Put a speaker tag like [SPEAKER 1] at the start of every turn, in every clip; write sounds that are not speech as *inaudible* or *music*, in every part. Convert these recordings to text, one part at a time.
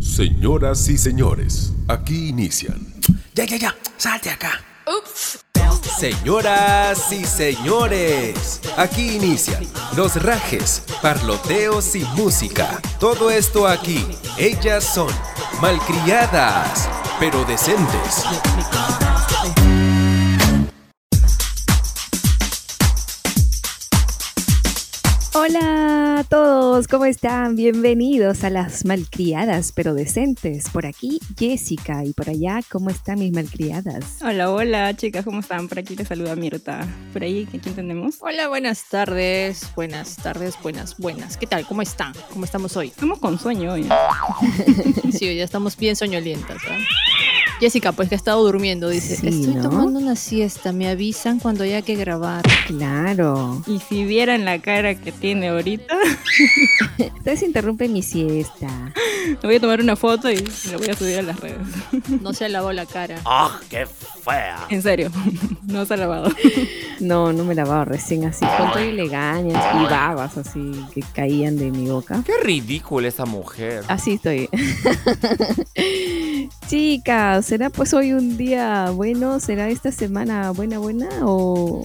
[SPEAKER 1] Señoras y señores, aquí inician.
[SPEAKER 2] Ya, ya, ya, salte acá.
[SPEAKER 3] Ups.
[SPEAKER 2] Señoras y señores, aquí inician los rajes, parloteos y música. Todo esto aquí. Ellas son malcriadas, pero decentes.
[SPEAKER 3] Hola a todos, ¿cómo están? Bienvenidos a las malcriadas pero decentes. Por aquí Jessica y por allá, ¿cómo están mis malcriadas?
[SPEAKER 4] Hola, hola chicas, ¿cómo están? Por aquí les saluda Mirta. Por ahí, ¿a quién tenemos?
[SPEAKER 5] Hola, buenas tardes, buenas tardes, buenas, buenas. ¿Qué tal? ¿Cómo están? ¿Cómo estamos
[SPEAKER 3] *laughs*
[SPEAKER 5] hoy?
[SPEAKER 4] Estamos con sueño hoy.
[SPEAKER 5] Sí, hoy ya estamos bien soñolientas. ¿ah? Jessica, pues que ha estado durmiendo, dice.
[SPEAKER 3] Sí,
[SPEAKER 5] Estoy
[SPEAKER 3] ¿no?
[SPEAKER 5] tomando una siesta, me avisan cuando haya que grabar.
[SPEAKER 3] Claro,
[SPEAKER 4] Y si vieran la cara que tiene ahorita, *laughs*
[SPEAKER 3] ustedes interrumpen mi siesta.
[SPEAKER 4] le voy a tomar una foto y la voy a subir a las redes.
[SPEAKER 5] No se ha lavado la cara.
[SPEAKER 6] Ah,
[SPEAKER 4] En serio, *laughs* no se ha lavado.
[SPEAKER 3] No, no me lavaba recién así, con todo y legañas y babas así que caían de mi boca.
[SPEAKER 6] Qué ridícula esta mujer.
[SPEAKER 3] Así estoy. *laughs* Chicas, ¿será pues hoy un día bueno? ¿Será esta semana buena, buena? ¿O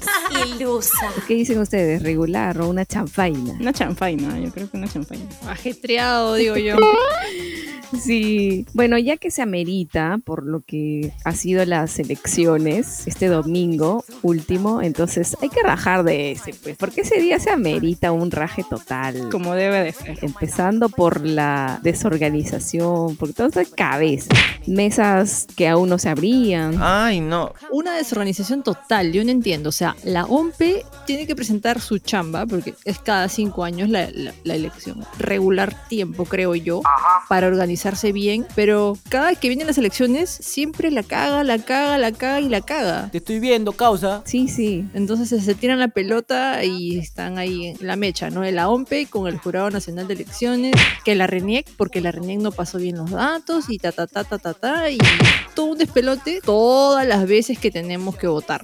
[SPEAKER 7] Ilusa.
[SPEAKER 3] qué dicen ustedes? ¿Regular o una chanfaina?
[SPEAKER 4] Una chanfaina, yo creo que una chanfaina.
[SPEAKER 5] Ajetreado, digo yo.
[SPEAKER 3] Sí, bueno, ya que se amerita por lo que ha sido las elecciones este domingo último, entonces hay que rajar de ese, pues, porque ese día se amerita un raje total.
[SPEAKER 4] Como debe de ser.
[SPEAKER 3] Empezando por la desorganización, por todo de cabeza, mesas que aún no se abrían.
[SPEAKER 6] Ay, no.
[SPEAKER 5] Una desorganización total, yo no entiendo. O sea, la OMPE tiene que presentar su chamba, porque es cada cinco años la, la- la elección. Regular tiempo, creo yo, para organizarse bien. Pero cada vez que vienen las elecciones, siempre la caga, la caga, la caga y la caga.
[SPEAKER 6] Te estoy viendo, causa.
[SPEAKER 3] Sí, sí.
[SPEAKER 5] Entonces se tiran la pelota y están ahí en la mecha, ¿no? De la OMPE con el Jurado Nacional de Elecciones, que la RENIEC, porque la RENIEC no pasó bien los datos y ta, ta, ta, ta, ta, ta, y todo un despelote todas las veces que tenemos que votar.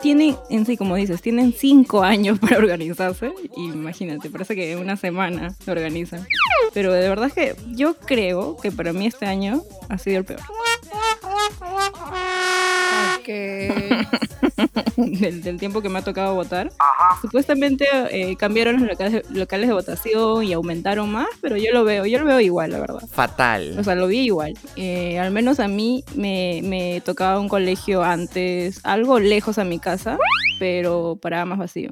[SPEAKER 4] Tienen, en sí, como dices, tienen cinco años *laughs* para organizarse. Imagínate, parece que en una semana se organizan. Pero de verdad es que yo creo que para mí este año ha sido el peor. *laughs* del, del tiempo que me ha tocado votar. Supuestamente eh, cambiaron los locales, locales de votación y aumentaron más, pero yo lo veo, yo lo veo igual, la verdad. O
[SPEAKER 6] Fatal.
[SPEAKER 4] sea, lo vi igual. Eh, al menos a mí me, me tocaba un colegio antes, algo lejos a mi casa, pero para más vacío.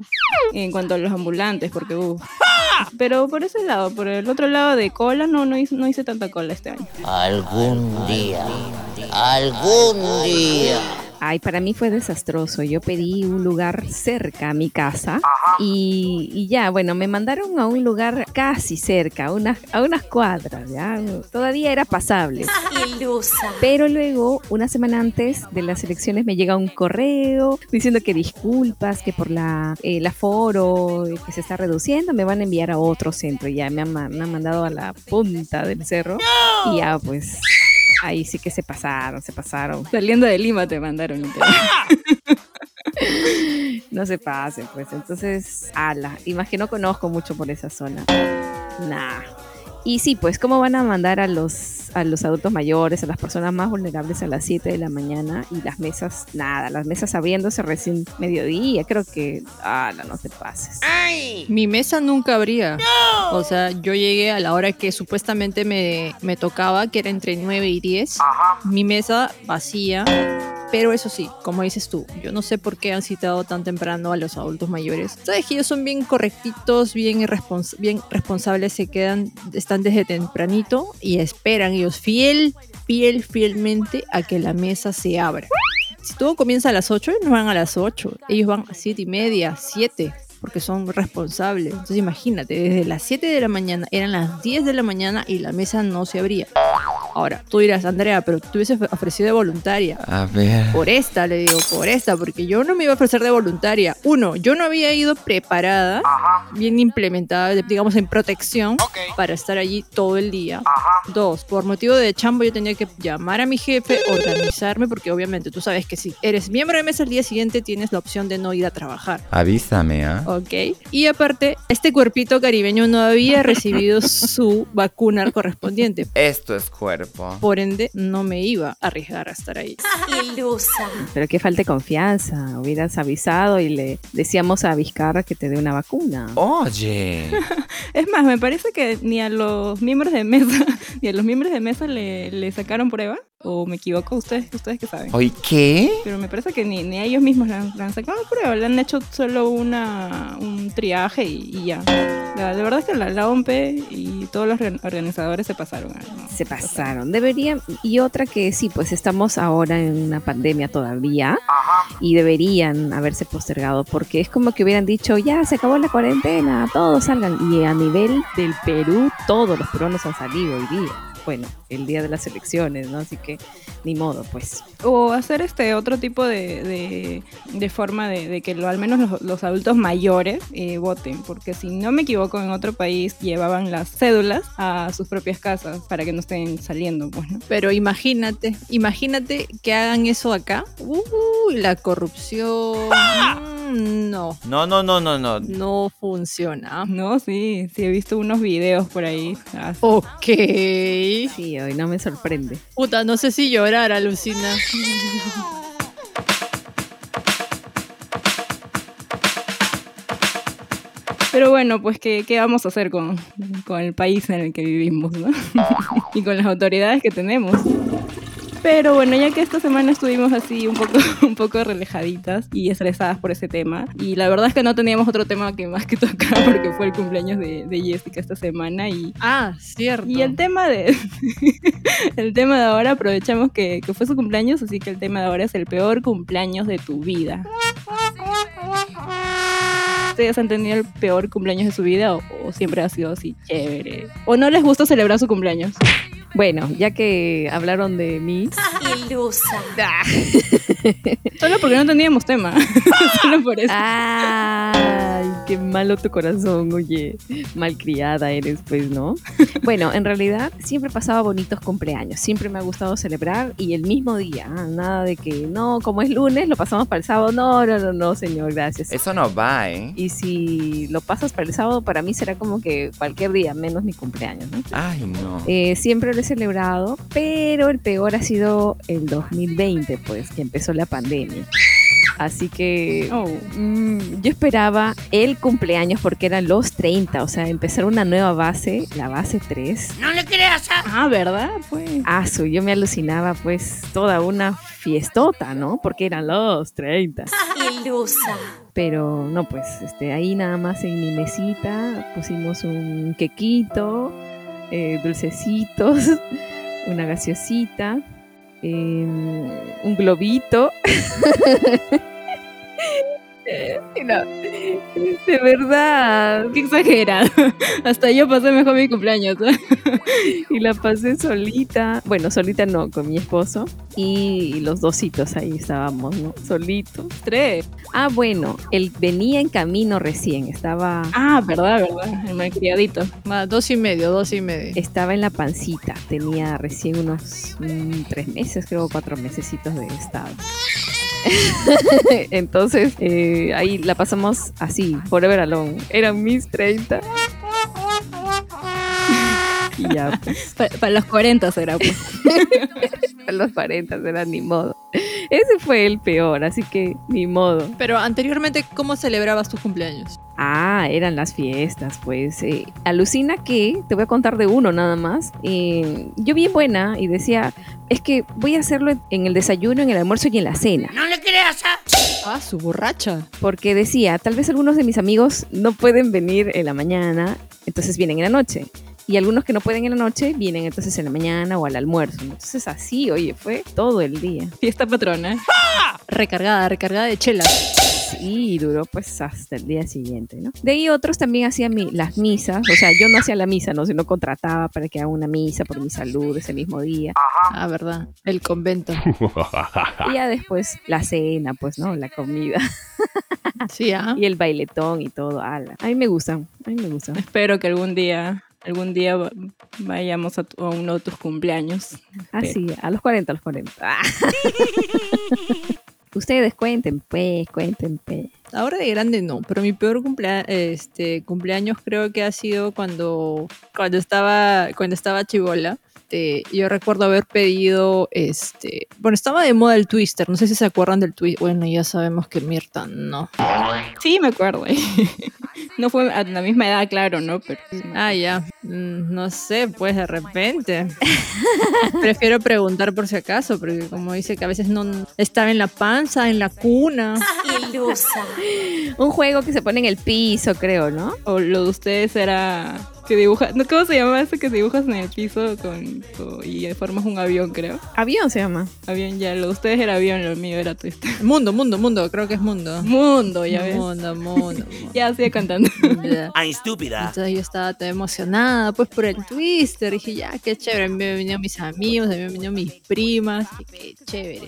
[SPEAKER 4] En cuanto a los ambulantes, porque uff. Pero por ese lado, por el otro lado de cola, no, no, hice, no hice tanta cola este año.
[SPEAKER 8] Algún día, algún día.
[SPEAKER 3] Ay, para mí fue desastroso. Yo pedí un lugar cerca a mi casa y, y ya, bueno, me mandaron a un lugar casi cerca, a unas, a unas cuadras, ya. Todavía era pasable.
[SPEAKER 7] Ilusa.
[SPEAKER 3] Pero luego, una semana antes de las elecciones, me llega un correo diciendo que disculpas, que por la, eh, el aforo eh, que se está reduciendo, me van a enviar a otro centro. Y Ya me han, ma- me han mandado a la punta del cerro. Y ya, pues, ahí sí que se pasaron, se pasaron.
[SPEAKER 4] Saliendo de Lima te mandaron. literal.
[SPEAKER 3] *laughs* No se pasen, pues. Entonces, ala. Y más que no conozco mucho por esa zona. Nah. Y sí, pues, ¿cómo van a mandar a los, a los adultos mayores, a las personas más vulnerables a las 7 de la mañana y las mesas, nada, las mesas abriéndose recién mediodía? Creo que, ala, no te pases.
[SPEAKER 5] *laughs* Mi mesa nunca abría. O sea, yo llegué a la hora que supuestamente me, me tocaba, que era entre 9 y 10. Mi mesa vacía. Pero eso sí, como dices tú, yo no sé por qué han citado tan temprano a los adultos mayores. Sabes que ellos son bien correctitos, bien, irrespons- bien responsables, se quedan, están desde tempranito y esperan ellos fiel, fiel, fielmente a que la mesa se abra. Si todo comienza a las 8, no van a las 8. Ellos van a 7 y media, 7, porque son responsables. Entonces imagínate, desde las 7 de la mañana, eran las 10 de la mañana y la mesa no se abría. Ahora, tú dirás, Andrea, pero tú hubieses ofrecido de voluntaria.
[SPEAKER 9] A ver.
[SPEAKER 5] Por esta, le digo, por esta, porque yo no me iba a ofrecer de voluntaria. Uno, yo no había ido preparada, bien implementada, de- digamos, en protección, para estar allí todo el día. Dos, por motivo de chambo yo tenía que llamar a mi jefe, organizarme, porque obviamente tú sabes que si eres miembro de mesa, al día siguiente tienes la opción de no ir a trabajar.
[SPEAKER 9] Avísame, ¿ah?
[SPEAKER 5] Ok. Y aparte, este cuerpito caribeño no había recibido su vacuna correspondiente.
[SPEAKER 6] Esto es cuerpo.
[SPEAKER 5] Por ende, no me iba a arriesgar a estar ahí.
[SPEAKER 7] ilusa,
[SPEAKER 3] Pero qué falta de confianza. Hubieras avisado y le decíamos a Vizcarra que te dé una vacuna.
[SPEAKER 9] Oye.
[SPEAKER 4] Es más, me parece que ni a los miembros de mesa, *laughs* ni a los miembros de mesa le, le sacaron prueba. O me equivoco, ustedes, ustedes que saben.
[SPEAKER 9] ¿Oye qué?
[SPEAKER 4] Pero me parece que ni, ni a ellos mismos le han, le han sacado prueba, le han hecho solo una, un triaje y, y ya. La, la verdad es que la, la OMP y todos los re- organizadores se pasaron. ah, ¿no?
[SPEAKER 3] Se pasaron. Deberían. Y otra que sí, pues estamos ahora en una pandemia todavía. Y deberían haberse postergado. Porque es como que hubieran dicho, ya se acabó la cuarentena, todos salgan. Y a nivel del Perú, todos los peruanos han salido hoy día. Bueno, el día de las elecciones, ¿no? Así que ni modo, pues.
[SPEAKER 4] O hacer este otro tipo de, de- de forma de, de que lo, al menos los, los adultos mayores eh, voten, porque si no me equivoco, en otro país llevaban las cédulas a sus propias casas para que no estén saliendo, pues, ¿no?
[SPEAKER 5] Pero imagínate, imagínate que hagan eso acá. Uy, la corrupción.
[SPEAKER 4] ¡Ah!
[SPEAKER 5] Mm, No,
[SPEAKER 6] No, no, no, no, no.
[SPEAKER 5] no funciona.
[SPEAKER 4] No, sí, sí, he visto unos videos por ahí. Ah,
[SPEAKER 5] Ok.
[SPEAKER 3] Sí, hoy no me sorprende.
[SPEAKER 5] Puta, no sé si llorar, alucina.
[SPEAKER 4] Pero bueno, pues ¿qué, qué vamos a hacer con, con el país en el que vivimos, ¿no? *laughs* y con las autoridades que tenemos. Pero bueno, ya que esta semana estuvimos así un poco, *laughs* un poco relajaditas y estresadas por ese tema, y la verdad es que no teníamos otro tema que más que tocar *laughs* porque fue el cumpleaños de, de Jessica esta semana y,
[SPEAKER 5] Ah, cierto.
[SPEAKER 4] y el tema de *laughs* el tema de ahora aprovechamos que, que fue su cumpleaños, así que el tema de ahora es el peor cumpleaños de tu vida. ¿Ustedes han tenido el peor cumpleaños de su vida o, o siempre ha sido así chévere? ¿O no les gusta celebrar su cumpleaños?
[SPEAKER 3] Bueno, ya que hablaron de mí,
[SPEAKER 7] ilusa,
[SPEAKER 4] Solo porque no teníamos tema. *laughs* Solo por
[SPEAKER 3] Ah.
[SPEAKER 4] eso.
[SPEAKER 3] Ay, qué malo tu corazón, oye. Malcriada eres, pues, ¿no? Bueno, en realidad siempre pasaba bonitos cumpleaños. Siempre me ha gustado celebrar y el mismo día. ah, Nada de que, no, como es lunes, lo pasamos para el sábado. No, no, no, no, señor, gracias.
[SPEAKER 6] Eso no va, ¿eh?
[SPEAKER 3] Y si lo pasas para el sábado, para mí será como que cualquier día, menos mi cumpleaños, ¿no?
[SPEAKER 9] Ay, no.
[SPEAKER 3] Eh, siempre lo he celebrado, pero el peor ha sido el 2020, pues, que empezó la pandemia. Así que
[SPEAKER 4] Oh.
[SPEAKER 3] Mm, yo esperaba el cumpleaños porque eran los 30, o sea, empezar una nueva base, la base 3.
[SPEAKER 4] Ah, ¿verdad? Pues.
[SPEAKER 3] Ah, su, yo me alucinaba pues toda una fiestota, ¿no? Porque eran los 30.
[SPEAKER 7] ilusa,
[SPEAKER 3] Pero no, pues este, ahí nada más en mi mesita pusimos un quequito, eh, dulcecitos, *laughs* una gaseosita, eh, un globito. *laughs* No, de verdad.
[SPEAKER 4] Qué exagerado. Hasta yo pasé mejor mi cumpleaños.
[SPEAKER 3] Y la pasé solita. Bueno, solita no, con mi esposo. Y los dositos ahí estábamos, ¿no? Solitos.
[SPEAKER 4] Tres.
[SPEAKER 3] Ah, bueno, él venía en camino recién. Estaba,
[SPEAKER 4] Ah, ¿verdad? ¿Verdad? El malcriadito.
[SPEAKER 5] Va, dos y medio, dos y medio.
[SPEAKER 3] estaba en la pancita. Tenía recién unos mm, tres meses, creo, cuatro mesecitos de estado. *laughs* Entonces, eh, ahí la pasamos así, forever alone. Eran mis 30. *laughs* Y ya,
[SPEAKER 4] Para los 40
[SPEAKER 3] *laughs*
[SPEAKER 4] será, pues.
[SPEAKER 3] a los 40 era ni modo. Ese fue el peor, así que ni modo.
[SPEAKER 5] Pero anteriormente, ¿cómo celebrabas tus cumpleaños?
[SPEAKER 3] Ah, eran las fiestas, pues. eh, alucina que, te voy a contar de uno nada más. eh, yo bien buena y decía, es que voy a hacerlo en el desayuno, en el almuerzo y en la cena.
[SPEAKER 5] Ah, su borracha.
[SPEAKER 3] Porque decía, tal vez algunos de mis amigos no pueden venir en la mañana, entonces vienen en la noche. Y algunos que no pueden en la noche vienen entonces en la mañana o al almuerzo. Entonces así, oye, fue todo el día.
[SPEAKER 4] Fiesta patrona.
[SPEAKER 5] Recargada, recargada de chela.
[SPEAKER 3] y duró pues hasta el día siguiente, ¿no? De ahí otros también hacían mi- las misas, o sea, yo no hacía la misa, no, sino contrataba para que haga una misa por mi salud ese mismo día.
[SPEAKER 5] Ah, verdad. El convento.
[SPEAKER 3] Y ya después la cena, pues, ¿no? La comida
[SPEAKER 5] *laughs*
[SPEAKER 3] *laughs*
[SPEAKER 5] Sí, ah.
[SPEAKER 3] y el bailetón y todo. ala. A mí me gustan, a mí me gustan.
[SPEAKER 4] Espero que algún día, algún día va- vayamos a, tu- a uno de tus cumpleaños.
[SPEAKER 3] Ah,
[SPEAKER 4] Espero.
[SPEAKER 3] sí, a los 40, a los 40. Ah. *laughs* Ustedes cuenten, pues, cuenten, pues.
[SPEAKER 5] Ahora de grande no, pero mi peor cumplea- este, cumpleaños creo que ha sido cuando, cuando estaba, cuando estaba chivola. Este, yo recuerdo haber pedido, este, bueno, estaba de moda el twister, no sé si se acuerdan del twister. Bueno, ya sabemos que Mirta no.
[SPEAKER 4] Sí, me acuerdo. *laughs* no fue a la misma edad, claro, ¿no? Pero sí me-
[SPEAKER 5] Ah, ya. Mm, no sé, pues de repente. *laughs* Prefiero preguntar por si acaso, porque como dice que a veces no estaba en la panza, en la cuna.
[SPEAKER 7] ilusa,
[SPEAKER 3] Un juego que se pone en el piso, creo, ¿no?
[SPEAKER 4] O lo de ustedes era que dibujas, ¿no? ¿Cómo se llama eso que dibujas en el piso con, con- y formas un avión, creo?
[SPEAKER 3] Avión se llama.
[SPEAKER 4] Avión ya, lo de ustedes era avión, lo mío *laughs* era twister.
[SPEAKER 5] Mundo, mundo, mundo, creo que es mundo.
[SPEAKER 4] Mundo, ya ves.
[SPEAKER 5] Mundo, mundo, mundo.
[SPEAKER 4] Ya sigue cantando.
[SPEAKER 5] Ya. Entonces yo estaba toda emocionada pues por el twister. Dije, ya, qué chévere. A mí me vinieron mis amigos, a mí me vinieron mis primas. y Qué chévere.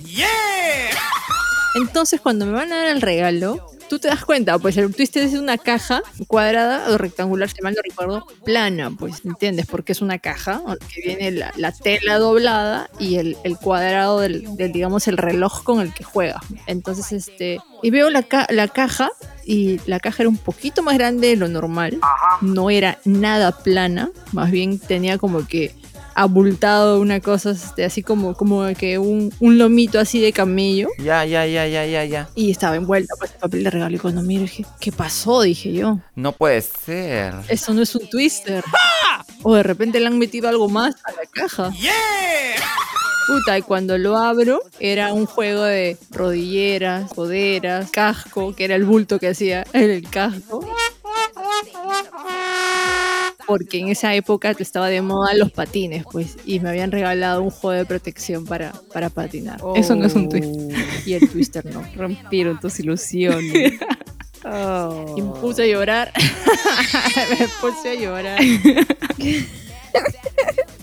[SPEAKER 5] Entonces cuando me van a dar el regalo, tú te das cuenta, pues el twister es una caja cuadrada o rectangular, si mal no recuerdo, plana, pues entiendes, porque es una caja, o que viene la, la tela doblada y el, el cuadrado del, del, digamos, el reloj con el que juega. Entonces, este, y veo la, ca- la caja y la caja era un poquito más grande de lo normal, no era nada plana, más bien tenía como que abultado una cosa este, así como, como que un, un lomito así de camello
[SPEAKER 6] Ya, ya, ya, ya, ya, ya.
[SPEAKER 5] y estaba envuelta pues el papel de regalo y cuando miro dije, ¿qué pasó? dije yo,
[SPEAKER 6] No puede ser.
[SPEAKER 5] eso no es un twister o de repente le han metido algo más a la caja puta y cuando lo abro era un juego de rodilleras coderas, casco que era el bulto que hacía el casco porque en esa época estaba de moda los patines pues y me habían regalado un juego de protección para, para patinar
[SPEAKER 4] Eso no es
[SPEAKER 3] Oh.
[SPEAKER 4] un twister.
[SPEAKER 5] y el twister no
[SPEAKER 3] Rompieron tus
[SPEAKER 4] *laughs*
[SPEAKER 3] ilusiones. Oh.
[SPEAKER 5] Y me puse a llorar. *laughs* me puse a llorar.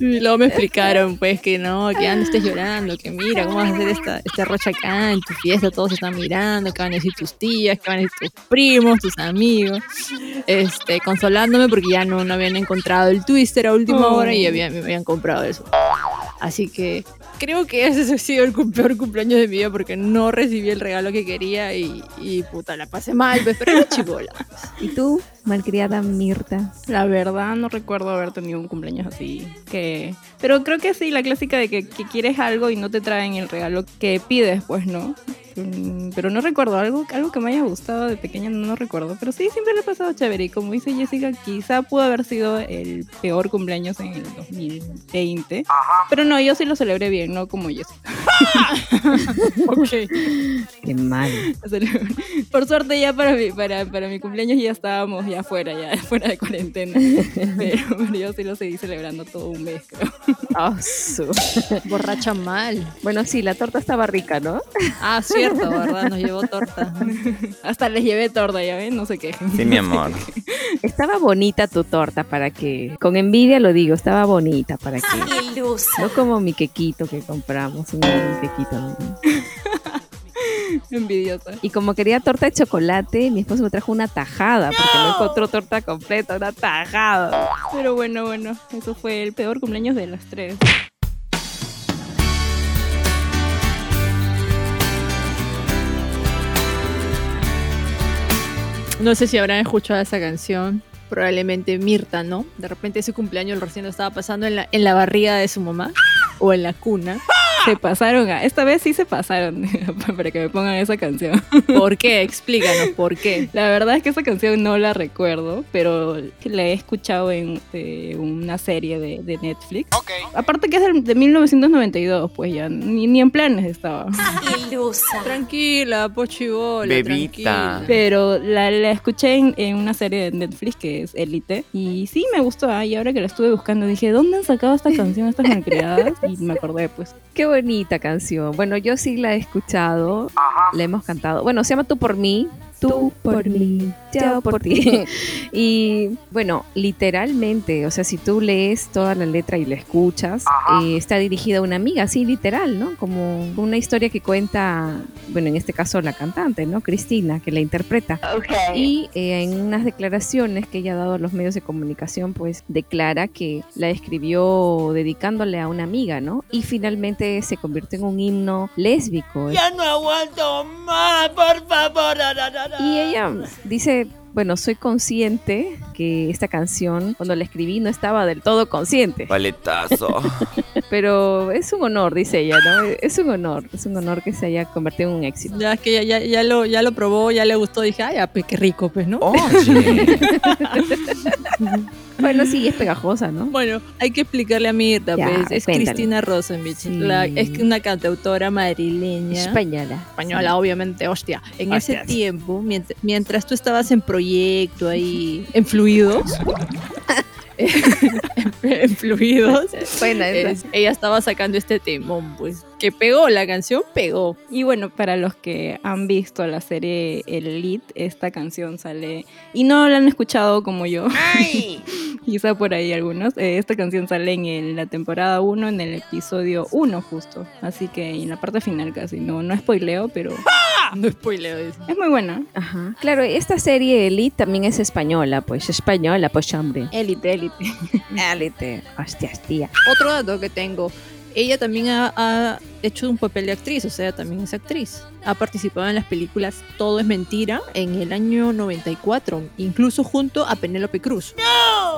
[SPEAKER 5] Y luego me explicaron, pues, que no, que ya no estés llorando, que mira, ¿cómo vas a hacer esta, esta rocha acá en tu fiesta? Todos están mirando, que van a decir tus tías, que van a decir tus primos, tus amigos. Este, consolándome porque ya no, no habían encontrado el twister a última
[SPEAKER 4] Oh.
[SPEAKER 5] hora y habían, me habían comprado eso. Así que creo que ese ha sido el cum- peor cumpleaños de mi vida porque no recibí el regalo que quería y, y puta, la pasé mal, pues, pero era chibola.
[SPEAKER 3] ¿Y tú, malcriada Mirta?
[SPEAKER 4] La verdad no recuerdo haber tenido un cumpleaños así. Que... Pero creo que sí, la clásica de que, que quieres algo y no te traen el regalo que pides, pues no. Mm, Pero no recuerdo algo, algo que me haya gustado de pequeña, no recuerdo. Pero sí, siempre lo he pasado chévere. Y como dice Jessica, quizá pudo haber sido el peor cumpleaños en el 2020. Pero no, yo sí lo celebré bien, no como Jessica. *laughs*
[SPEAKER 3] Qué mal.
[SPEAKER 4] Lo celebré- Por suerte ya para mi, para, para mi cumpleaños ya estábamos ya fuera, ya *laughs* fuera de cuarentena. Pero, *laughs* pero yo sí lo seguí celebrando todo un mes, creo.
[SPEAKER 3] Ah, su.
[SPEAKER 5] Borracha mal.
[SPEAKER 3] Bueno, sí, la torta estaba rica, ¿no?
[SPEAKER 5] Ah, cierto, ¿verdad? Nos llevó torta.
[SPEAKER 4] *laughs* Hasta les llevé torta, ya ven, no sé qué.
[SPEAKER 6] Sí, mi amor.
[SPEAKER 3] Estaba bonita tu torta para que, con envidia lo digo, estaba bonita para que.
[SPEAKER 7] ilusa,
[SPEAKER 3] No como mi quequito que compramos, un quequito. ¿no?
[SPEAKER 4] Envidiosa.
[SPEAKER 3] Y como quería torta de chocolate, mi esposo me trajo una tajada, porque no encontró torta completa, una tajada.
[SPEAKER 4] Pero bueno, bueno, eso fue el peor cumpleaños de las tres.
[SPEAKER 5] No sé si habrán escuchado esa canción. Probablemente Mirta, ¿no? De repente ese cumpleaños recién lo estaba pasando en la, en la barriga de su mamá o en la cuna.
[SPEAKER 4] Se pasaron, a- esta vez sí se pasaron *laughs* para que me pongan esa canción.
[SPEAKER 5] ¿Por qué? Explícanos, ¿por qué?
[SPEAKER 4] La verdad es que esa canción no la recuerdo, pero la he escuchado en eh, una serie de, de Netflix. Aparte que es del- de 1992, pues ya ni, ni en planes estaba.
[SPEAKER 7] ilusa,
[SPEAKER 5] Tranquila, pochibola,
[SPEAKER 6] Bebita.
[SPEAKER 5] tranquila.
[SPEAKER 4] Pero la, la escuché en, en una serie de Netflix que es Elite. Y sí me gustó. ah, Y ahora que la estuve buscando, dije, ¿dónde han sacado esta canción, estas malcriadas? Y me acordé, pues.
[SPEAKER 3] Qué bonita canción. Bueno, yo sí la he escuchado, la hemos cantado. Bueno, se llama Tú por mí, tú por mí, yo por ti. *laughs* Y bueno, literalmente, o sea, si tú lees toda la letra y la escuchas, eh, está dirigida a una amiga, así literal, ¿no? Como una historia que cuenta, bueno, en este caso la cantante, ¿no? Cristina, que la interpreta. Y eh, en unas declaraciones que ella ha dado a los medios de comunicación, pues declara que la escribió dedicándole a una amiga, ¿no? Y finalmente se convirtió en un himno lésbico.
[SPEAKER 10] Ya no aguanto más, por favor. ra, ra, ra, ra.
[SPEAKER 3] Y ella dice, bueno, soy consciente que esta canción, cuando la escribí, no estaba del todo consciente,
[SPEAKER 6] Paletazo.
[SPEAKER 3] pero es un honor, dice ella, ¿no? Es un honor, es un honor que se haya convertido en un éxito.
[SPEAKER 5] Ya es que ya, ya, ya lo, ya lo probó, ya le gustó, dije, ay, ya, pues qué rico, pues, ¿no?
[SPEAKER 9] Oye.
[SPEAKER 3] Bueno, sí, es pegajosa, ¿no?
[SPEAKER 5] Bueno, hay que explicarle a Mirta,
[SPEAKER 3] Ya,
[SPEAKER 5] pues, es
[SPEAKER 3] cuéntale.
[SPEAKER 5] Cristina Rosenbich,
[SPEAKER 3] Sí.
[SPEAKER 5] la- es una cantautora madrileña.
[SPEAKER 3] Española.
[SPEAKER 5] española, obviamente, hostia. En
[SPEAKER 3] Hostias.
[SPEAKER 5] ese tiempo, mientras, mientras tú estabas en proyecto ahí,
[SPEAKER 3] *laughs*
[SPEAKER 5] en fluidos, en, en fluidos, *laughs*
[SPEAKER 3] Buena esa.
[SPEAKER 5] es- eh, ella estaba sacando este temón, pues, que pegó, la canción pegó.
[SPEAKER 4] Y bueno, para los que han visto la serie Elite, esta canción sale. Y no la han escuchado como yo, *laughs*
[SPEAKER 10] Ay,
[SPEAKER 4] quizá por ahí algunos. eh, esta canción sale en el- la temporada 1, en el episodio 1, justo. Así que en la parte final casi. No, no spoileo, pero
[SPEAKER 5] Ah, No spoileo eso.
[SPEAKER 4] es muy buena.
[SPEAKER 3] Ajá. Claro, esta serie Elite también es española, pues, española, pues, hombre.
[SPEAKER 4] Elite, Elite.
[SPEAKER 3] *laughs* Elite. Hostias, tía.
[SPEAKER 5] Otro dato que tengo, ella también ha, ha hecho un papel de actriz, o sea, también es actriz. Ha participado en las películas Todo es Mentira en el año 94, incluso junto a Penélope Cruz.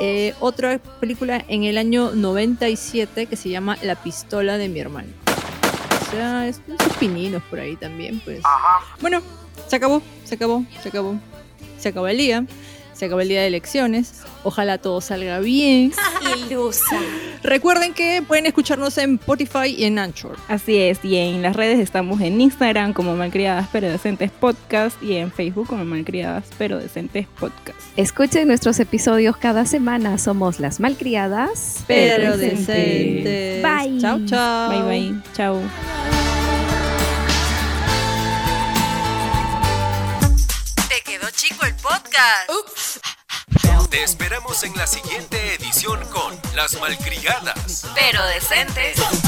[SPEAKER 5] Eh, otra película en el año 97 que se llama La pistola de mi hermano. O sea, es sus pininos por ahí también, pues. Bueno, se acabó, se acabó, se acabó. Se acabó el día, se acabó el día de elecciones. Ojalá todo salga bien.
[SPEAKER 7] ilusa,
[SPEAKER 5] Recuerden que pueden escucharnos en Spotify y en Anchor.
[SPEAKER 4] Así es, y en las redes estamos en Instagram como Malcriadas Pero Decentes Podcast y en Facebook como Malcriadas Pero Decentes Podcast.
[SPEAKER 3] Escuchen nuestros episodios cada semana. Somos las malcriadas.
[SPEAKER 4] Pero
[SPEAKER 5] decentes.
[SPEAKER 3] Bye.
[SPEAKER 5] Chao, chao.
[SPEAKER 4] Bye bye, chao.
[SPEAKER 10] te quedó chico el podcast.
[SPEAKER 2] Te esperamos en la siguiente edición con Las Malcriadas.
[SPEAKER 10] pero decentes.